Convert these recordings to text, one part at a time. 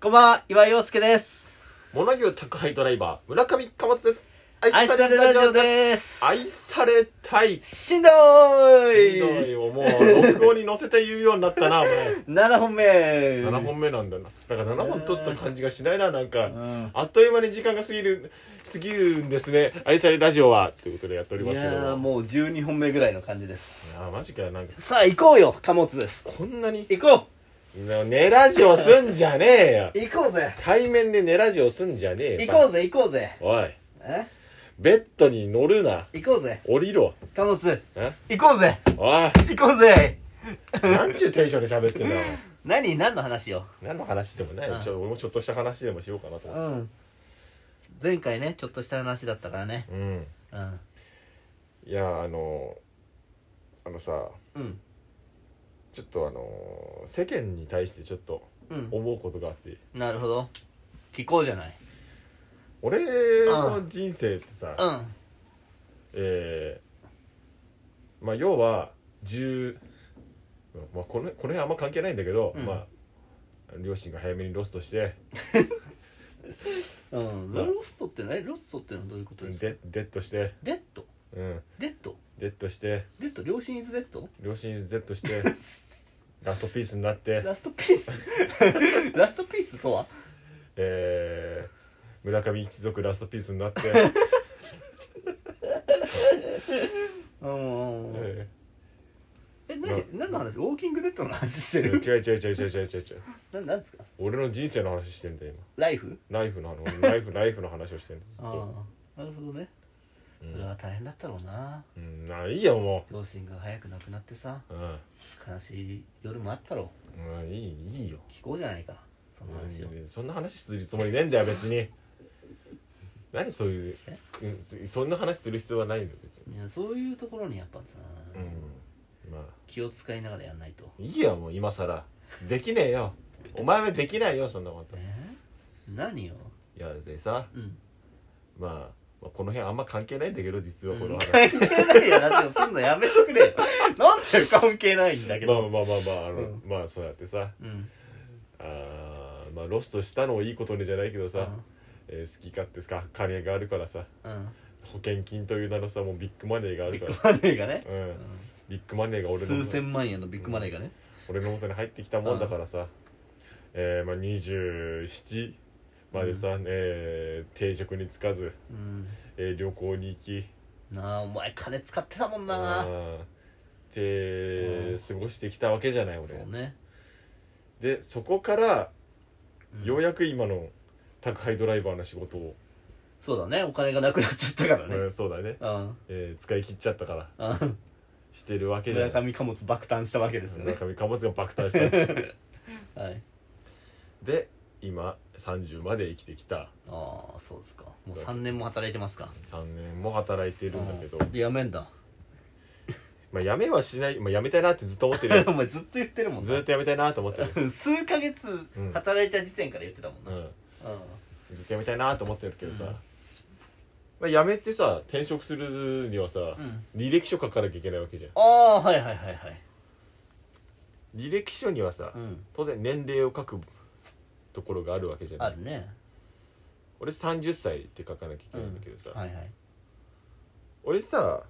こんばんは、岩井陽介です。モナ牛宅配ドライバー、村上貨物です。愛されラジオです。愛されたい。しんどーいひどいよもう、録音に乗せて言うようになったな、お前。 !7 本目7本目なんだな。だから7本取った感じがしないな、なんか。うんあっという間に時間が過ぎる、過ぎるんですね。愛されラジオは、ということでやっておりいますけど。やーももう12本目ぐらいの感じです。あーマジかよ、なんか。さあ、行こうよ、貨物です。こんなに、行こねラジオすんじゃねえよう。行こうぜ対面でねラジオすんじゃねえ行よ。こうぜ行こうぜおい、えベッドに乗るな。行こうぜ降りろ。貨物え行こうぜおい。行こうぜなんちゅうテンションで喋ってんだよ何何の話よ 何の話でもないよちょ俺もちょっとした話でもしようかなとう思ってん。前回ね、ちょっとした話だったからね。うんうん。いやあのあのさうん。ちょっとあの世間に対してちょっとうん。思うことがあってなるほど。聞こうじゃない。俺の人生ってさ、うん。えーまあ要は10、まあ、このこの辺あんま関係ないんだけど、うんまあ両親が早めにロストしてうん、まあロストって何ロストってのはどういうことですかデデッドしてデッドうんデッドデッドしてデッド両親イズデッド両親 Z して ラストピースになってラストピー スラストピースとはえー、村上一族ラストピースに なって、うんうんうんええまあ何何の話ウォーキングデッドの話してーる違う違う違う違う違う違う違うななんですか俺の人生の話してんだよライフ今ライフのあのライフライフの話をしてんだずっあと、あなるほどねうそれはん大変だったろうなうん、なあいいよも両親が早く亡くなってさう、うん悲しい夜もあったろうん、いいいいよう聞こうじゃないかその話をうんそんな話するつもりねえんだよ別に何そういうえうんそそんな話する必要はないの別にいやそういうところにやっぱさ、うんまあ気を使いながらやんないといいよもう今更できねえよお前はできないよそんなこといえ何よやでさうんまあ、まあこの辺あんま関係ないんだけど実はこ の話、関係ない話をすんのやめてくれよ なんだよ関係ないんだけまあど、まあまあまああの、うんまあそうやってさうんあーまあロストしたのをいいことにじゃないけどさ、えー好き勝手か金があるからさうん保険金という名のさもうビッグマネーがあビるッグからマネーがね、うん、ビッグマネーがうん俺の数千万円のビッグマネーがね、俺の元に入ってきたもんだからさ、えーまあ、27までさ、えー定職に就かず、うんえー旅行に行きなあお前金使ってたもんな、うんで、うん過ごしてきたわけじゃない俺そうね、でそこからうんようやく今の宅配ドライバーの仕事を、そうだねお金がなくなっちゃったからねうんそうだね、うんえー使い切っちゃったからうんしてるわけじ村ゃない上貨物爆誕したわけですよね村上貨物が爆誕したんですはい で今30まで生きてきたああそうですかもう3年も働いてますか3年も働いてるんだけど、うんでやめんだまあ、辞めはしない、まあ、辞めたいなってずっと思ってるよ お前ずっと言ってるもんなずっと辞めたいなと思ってる、数ヶ月働いた時点から言ってたもんうな、ん、うんずっと辞めたいなと思ってるけどさ、うんまあ、辞めてさ転職するにはさ、うん履歴書書かなきゃいけないわけじゃんああはいはいはいはい履歴書にはさ、うん当然年齢を書くところがあるわけじゃなあいるね俺30歳って書かなきゃいけないんだけどさ、はいはい俺さ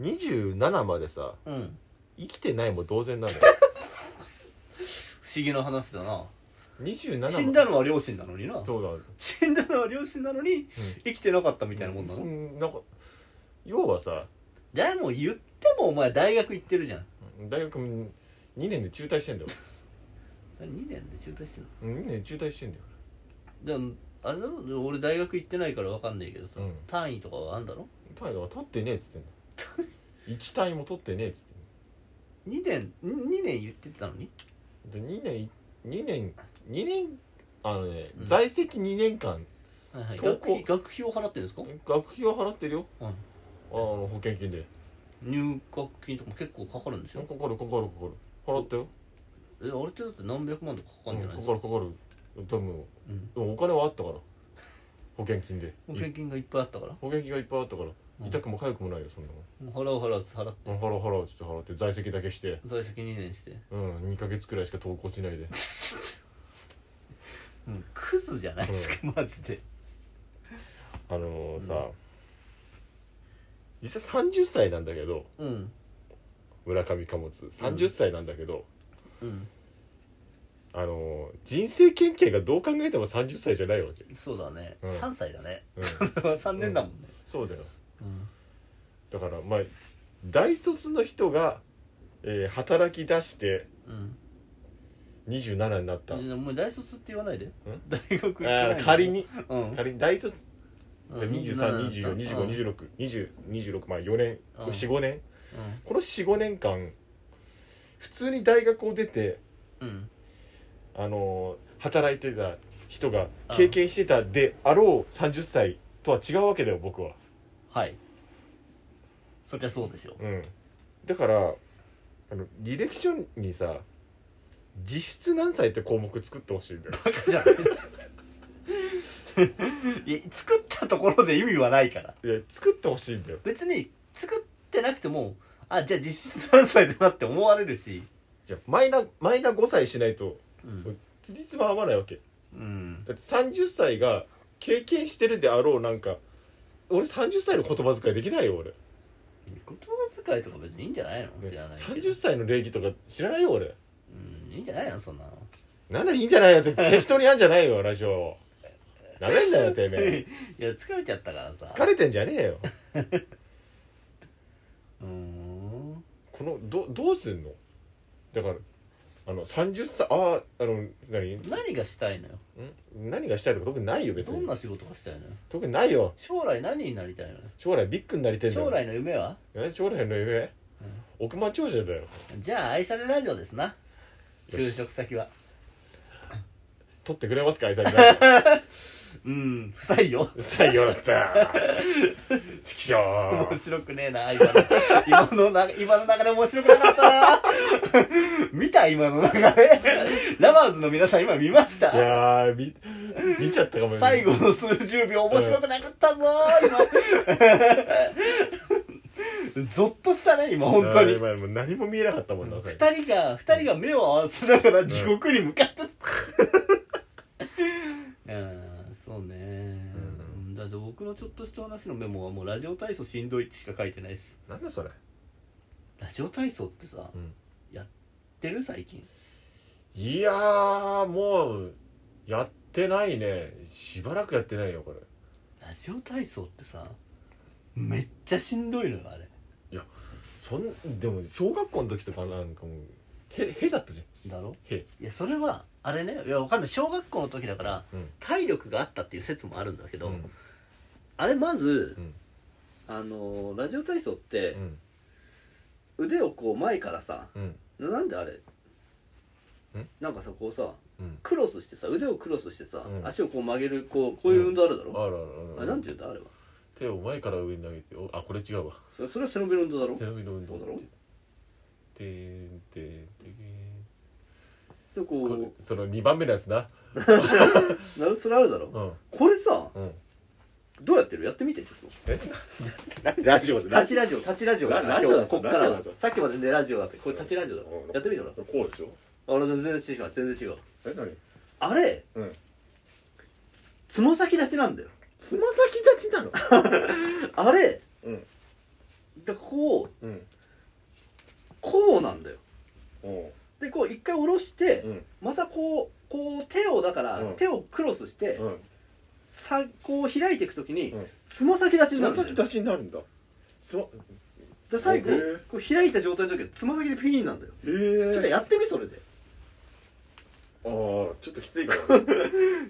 27までさうん生きてないも同然なのよ 不思議な話だな27まで死んだのは両親なのになそうだ、死んだのは両親なのに生きてなかったみたいなもんなうのんなんか要はさでも言ってもお前大学行ってるじゃん大学2年で中退してんだよ2年で中退してる2年で中退してんだよでもあれだろでも俺大学行ってないから分かんないけどさ、うん単位とかはあんだろ単位は取ってねえっつってんの1単位も取ってねえっつって2年2年言ってたのにんので2年2年2年あのね、うん在籍2年間はいはい高学校費学費を払ってるんですか、学費は払ってるようん、あの保険金で入学金とかも結構かかるんでしかょかるかかるかかる払ったよえあれってだって何百万とかかかるんじゃないうでんすかかか、るかかる多分うん、でもお金はあったから保険金で保険い金がいっぱいあったから保険金がいっぱいあったから、うん痛くも痒くもないよそんなもん払う払う払ってうん払う払うっつって払って在籍だけして在籍2年してうん2ヶ月くらいしか投稿しないでもうクズじゃないですか、マジであのーさ、う実際30歳なんだけどうん村上貨物30歳なんだけど、うんあのー人生経験がどう考えても30歳じゃないわけ、そうだね、うん3歳だ ねうん3年だもんね、そうだようんだからまあ大卒の人が、えー働き出してうん27になった、いやもう大卒って言わないで大学行ってないあのー仮にうん仮に大卒うんうん232425262026まあ4年うん45年うんこの45年間普通に大学を出てうんあのー働いてた人が経験してたであろう30歳とは違うわけだよ僕は、はいそりゃそうですようん、だからあの履歴書にさ実質何歳って項目作ってほしいんだよバカじゃない いや作ったところで意味はないからいや作ってほしいんだよ別に作ってなくてもあじゃあ実質何歳だなって思われるしじゃあマイナマイナ5歳しないとうん、つじつま合わないわけうん、だって30歳が経験してるであろうなんか俺30歳の言葉遣いできないよ俺言葉遣いとか別にいいんじゃないの知らないけど30歳の礼儀とか知らないよ俺うんいいんじゃないのそんなのなんだいいんじゃな いよって適当にやんじゃないよラジオなめんなよてめ えいや疲れちゃったからさ疲れてんじゃねえようーんこのどどうすんのだからあの30歳あああの何ん何がしたいのよ何がしたいとか特にないよ別どにんな仕事がしたいのよ特にないよ将来何になりたいのよ将来ビッグになりてんだよ将来の夢はえ将来の夢、億万長者だよじゃあ愛されラジオですなよし就職先は取ってくれますか愛さんからうん不採用うるさいよだったちきしょう面白くねえな今の今のな今の流れ面白くなかったな 見た今の流れラバーズの皆さん今見ましいたやー見見ちゃったかもね最後の数十秒面白くなかったぞ今 ゾッとしたね今本当あーに今もう何も見えなかったもんな最後二人が二人が目を合わせながら地獄に向か ってたうんそうねうだって僕のちょっとした話のメモはもうラジオ体操しんどいってしか書いてないですなんだそれラジオ体操ってさ、うんやってる最近いやーもうやってないねしばらくやってないよこれラジオ体操ってさめっちゃしんどいのよあれそんでも小学校の時とかなんかもうへへだったじだろへいやそれはあれねいやわかんない小学校の時だから、うん体力があったっていう説もあるんだけゃど、んあれまず、うんあのーラジオ体操ってう、ん腕をこう前からさうんななんであれんなんかさこうさうんクロスしてさ腕をクロスしてさ、うん足をこう曲げるこうこういう運動あるだあろ、らあらああられなんて言うんだあれは手を前から上に投げておあこれ違うわそれそれは背伸びの運動だろ背伸びの運そ動うだろてーんてーんてーでんこうこれその2番目のやつななるそれあるだろ、うんこれさうんどうやってるやってみてちょっえラジオでと立ちラジオ立ちラジオだからラジオだ今日はこっからラジオだぞさっきまで全然ラジオだってこれ立ちラジオだろうんやってみてほらこうでしょあれ全然違う全然違うえ何あれうんつま先立ちなんだよつま先立ちなのあれうんだからこううんこうなんだよおうでこう一回下ろして、うんまたこうこう手をだから、うん手をクロスして、うんさこう開いていくときにうんつま、先立ちつになまるんだ先よ立ちになるんだつまで最後へーこう開いた状態の時はつま先でピーンなんだよえー、ちょっとやってみそれであーちょっときついか もね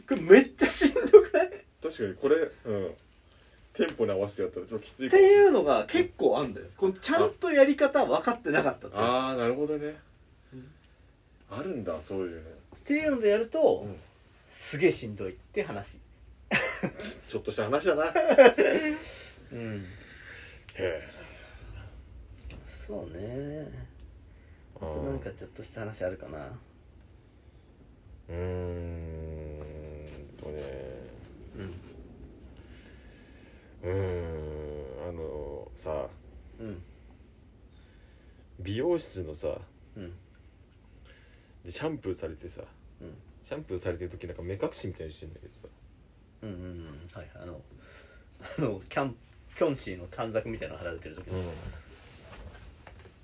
これめっちゃしんどくない確かにこれうんテンポに合わせてやったらちょっときついっかてもいうのが結構あんだよこのちゃんとやり方分かってなかったっていうああなるほどねあるんだそういうのっていうのでやると、うんすげえしんどいって話ちょっとした話だなへうんえそうねあとなんかちょっとした話あるかなうーんとねうんうーんあのさうん美容室のさうんでシャンプーされてさ、うんシャンプーされてる時なんか目隠しみたいにしてんだけどさうんうんうんはいあの あのキャンキョンシーの短冊みたいなの貼られてる時の、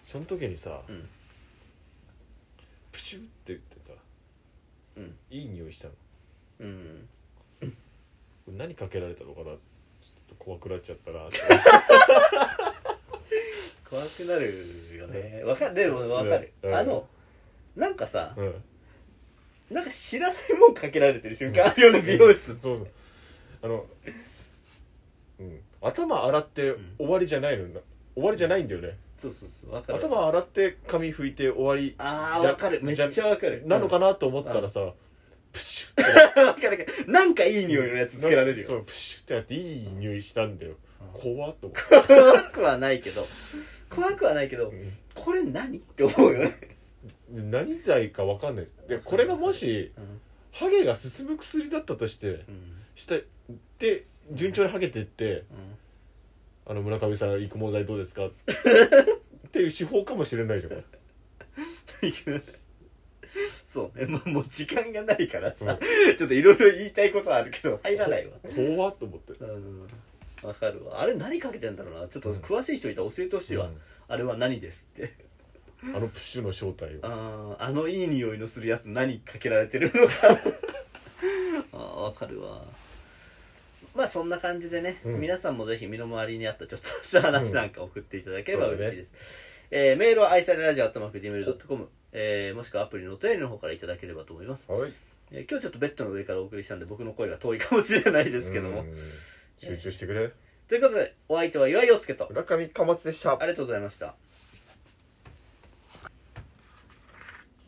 その時にさ、うんプシュって言ってさうんいい匂いしたのうんこれ何かけられたのかなちょっと怖くなっちゃっ たな怖くなるよねわかるでもわかる、うんあのなんかさ、うんなんか知らないもんかけられてる瞬間あ るよね美容室そうなのあの、うん、頭洗ってん終わりじゃないのな終わりじゃないんだよねそうそうそうわかる頭洗って髪拭いて終わりあーじゃわかるめっちゃわかるなのかなと思ったらさ、プシュッなわかるわかる なんかいい 匂いのやつつけられる そようプシュッってやっていい匂いしたんだよ、うん怖っと思 っ怖くはないけど怖くはないけどて、うんこれ何って思うよねで何剤か分かんないでこれがもしハゲが進む薬だったとしてうんしてで順調にハゲていって「あの村上さん育毛剤どうですか? 」っていう手法かもしれないじゃんこれ そうね、まあ、もう時間がないからさ、うんちょっといろいろ言いたいことはあるけど入らないわ怖っと思ってうんわかるわあれ何かけてんだろうなちょっと詳しい人いたら教えてほしいわ、うあれは何ですってんあのプッシュの正体をあーあのいい匂いのするやつ何かけられてるのか あーわかるわまあそんな感じでね、うん皆さんもぜひ身の回りにあったちょっとした話なんか送っていただければうん嬉しいです、えーメールは愛されラジオ atmacgmail.com、えーもしくはアプリのお便りの方からいただければと思います、はいえー今日ちょっとベッドの上からお送りしたんで僕の声が遠いかもしれないですけどもうん集中してくれということでお相手は岩井陽介と村上かまつでしたありがとうございました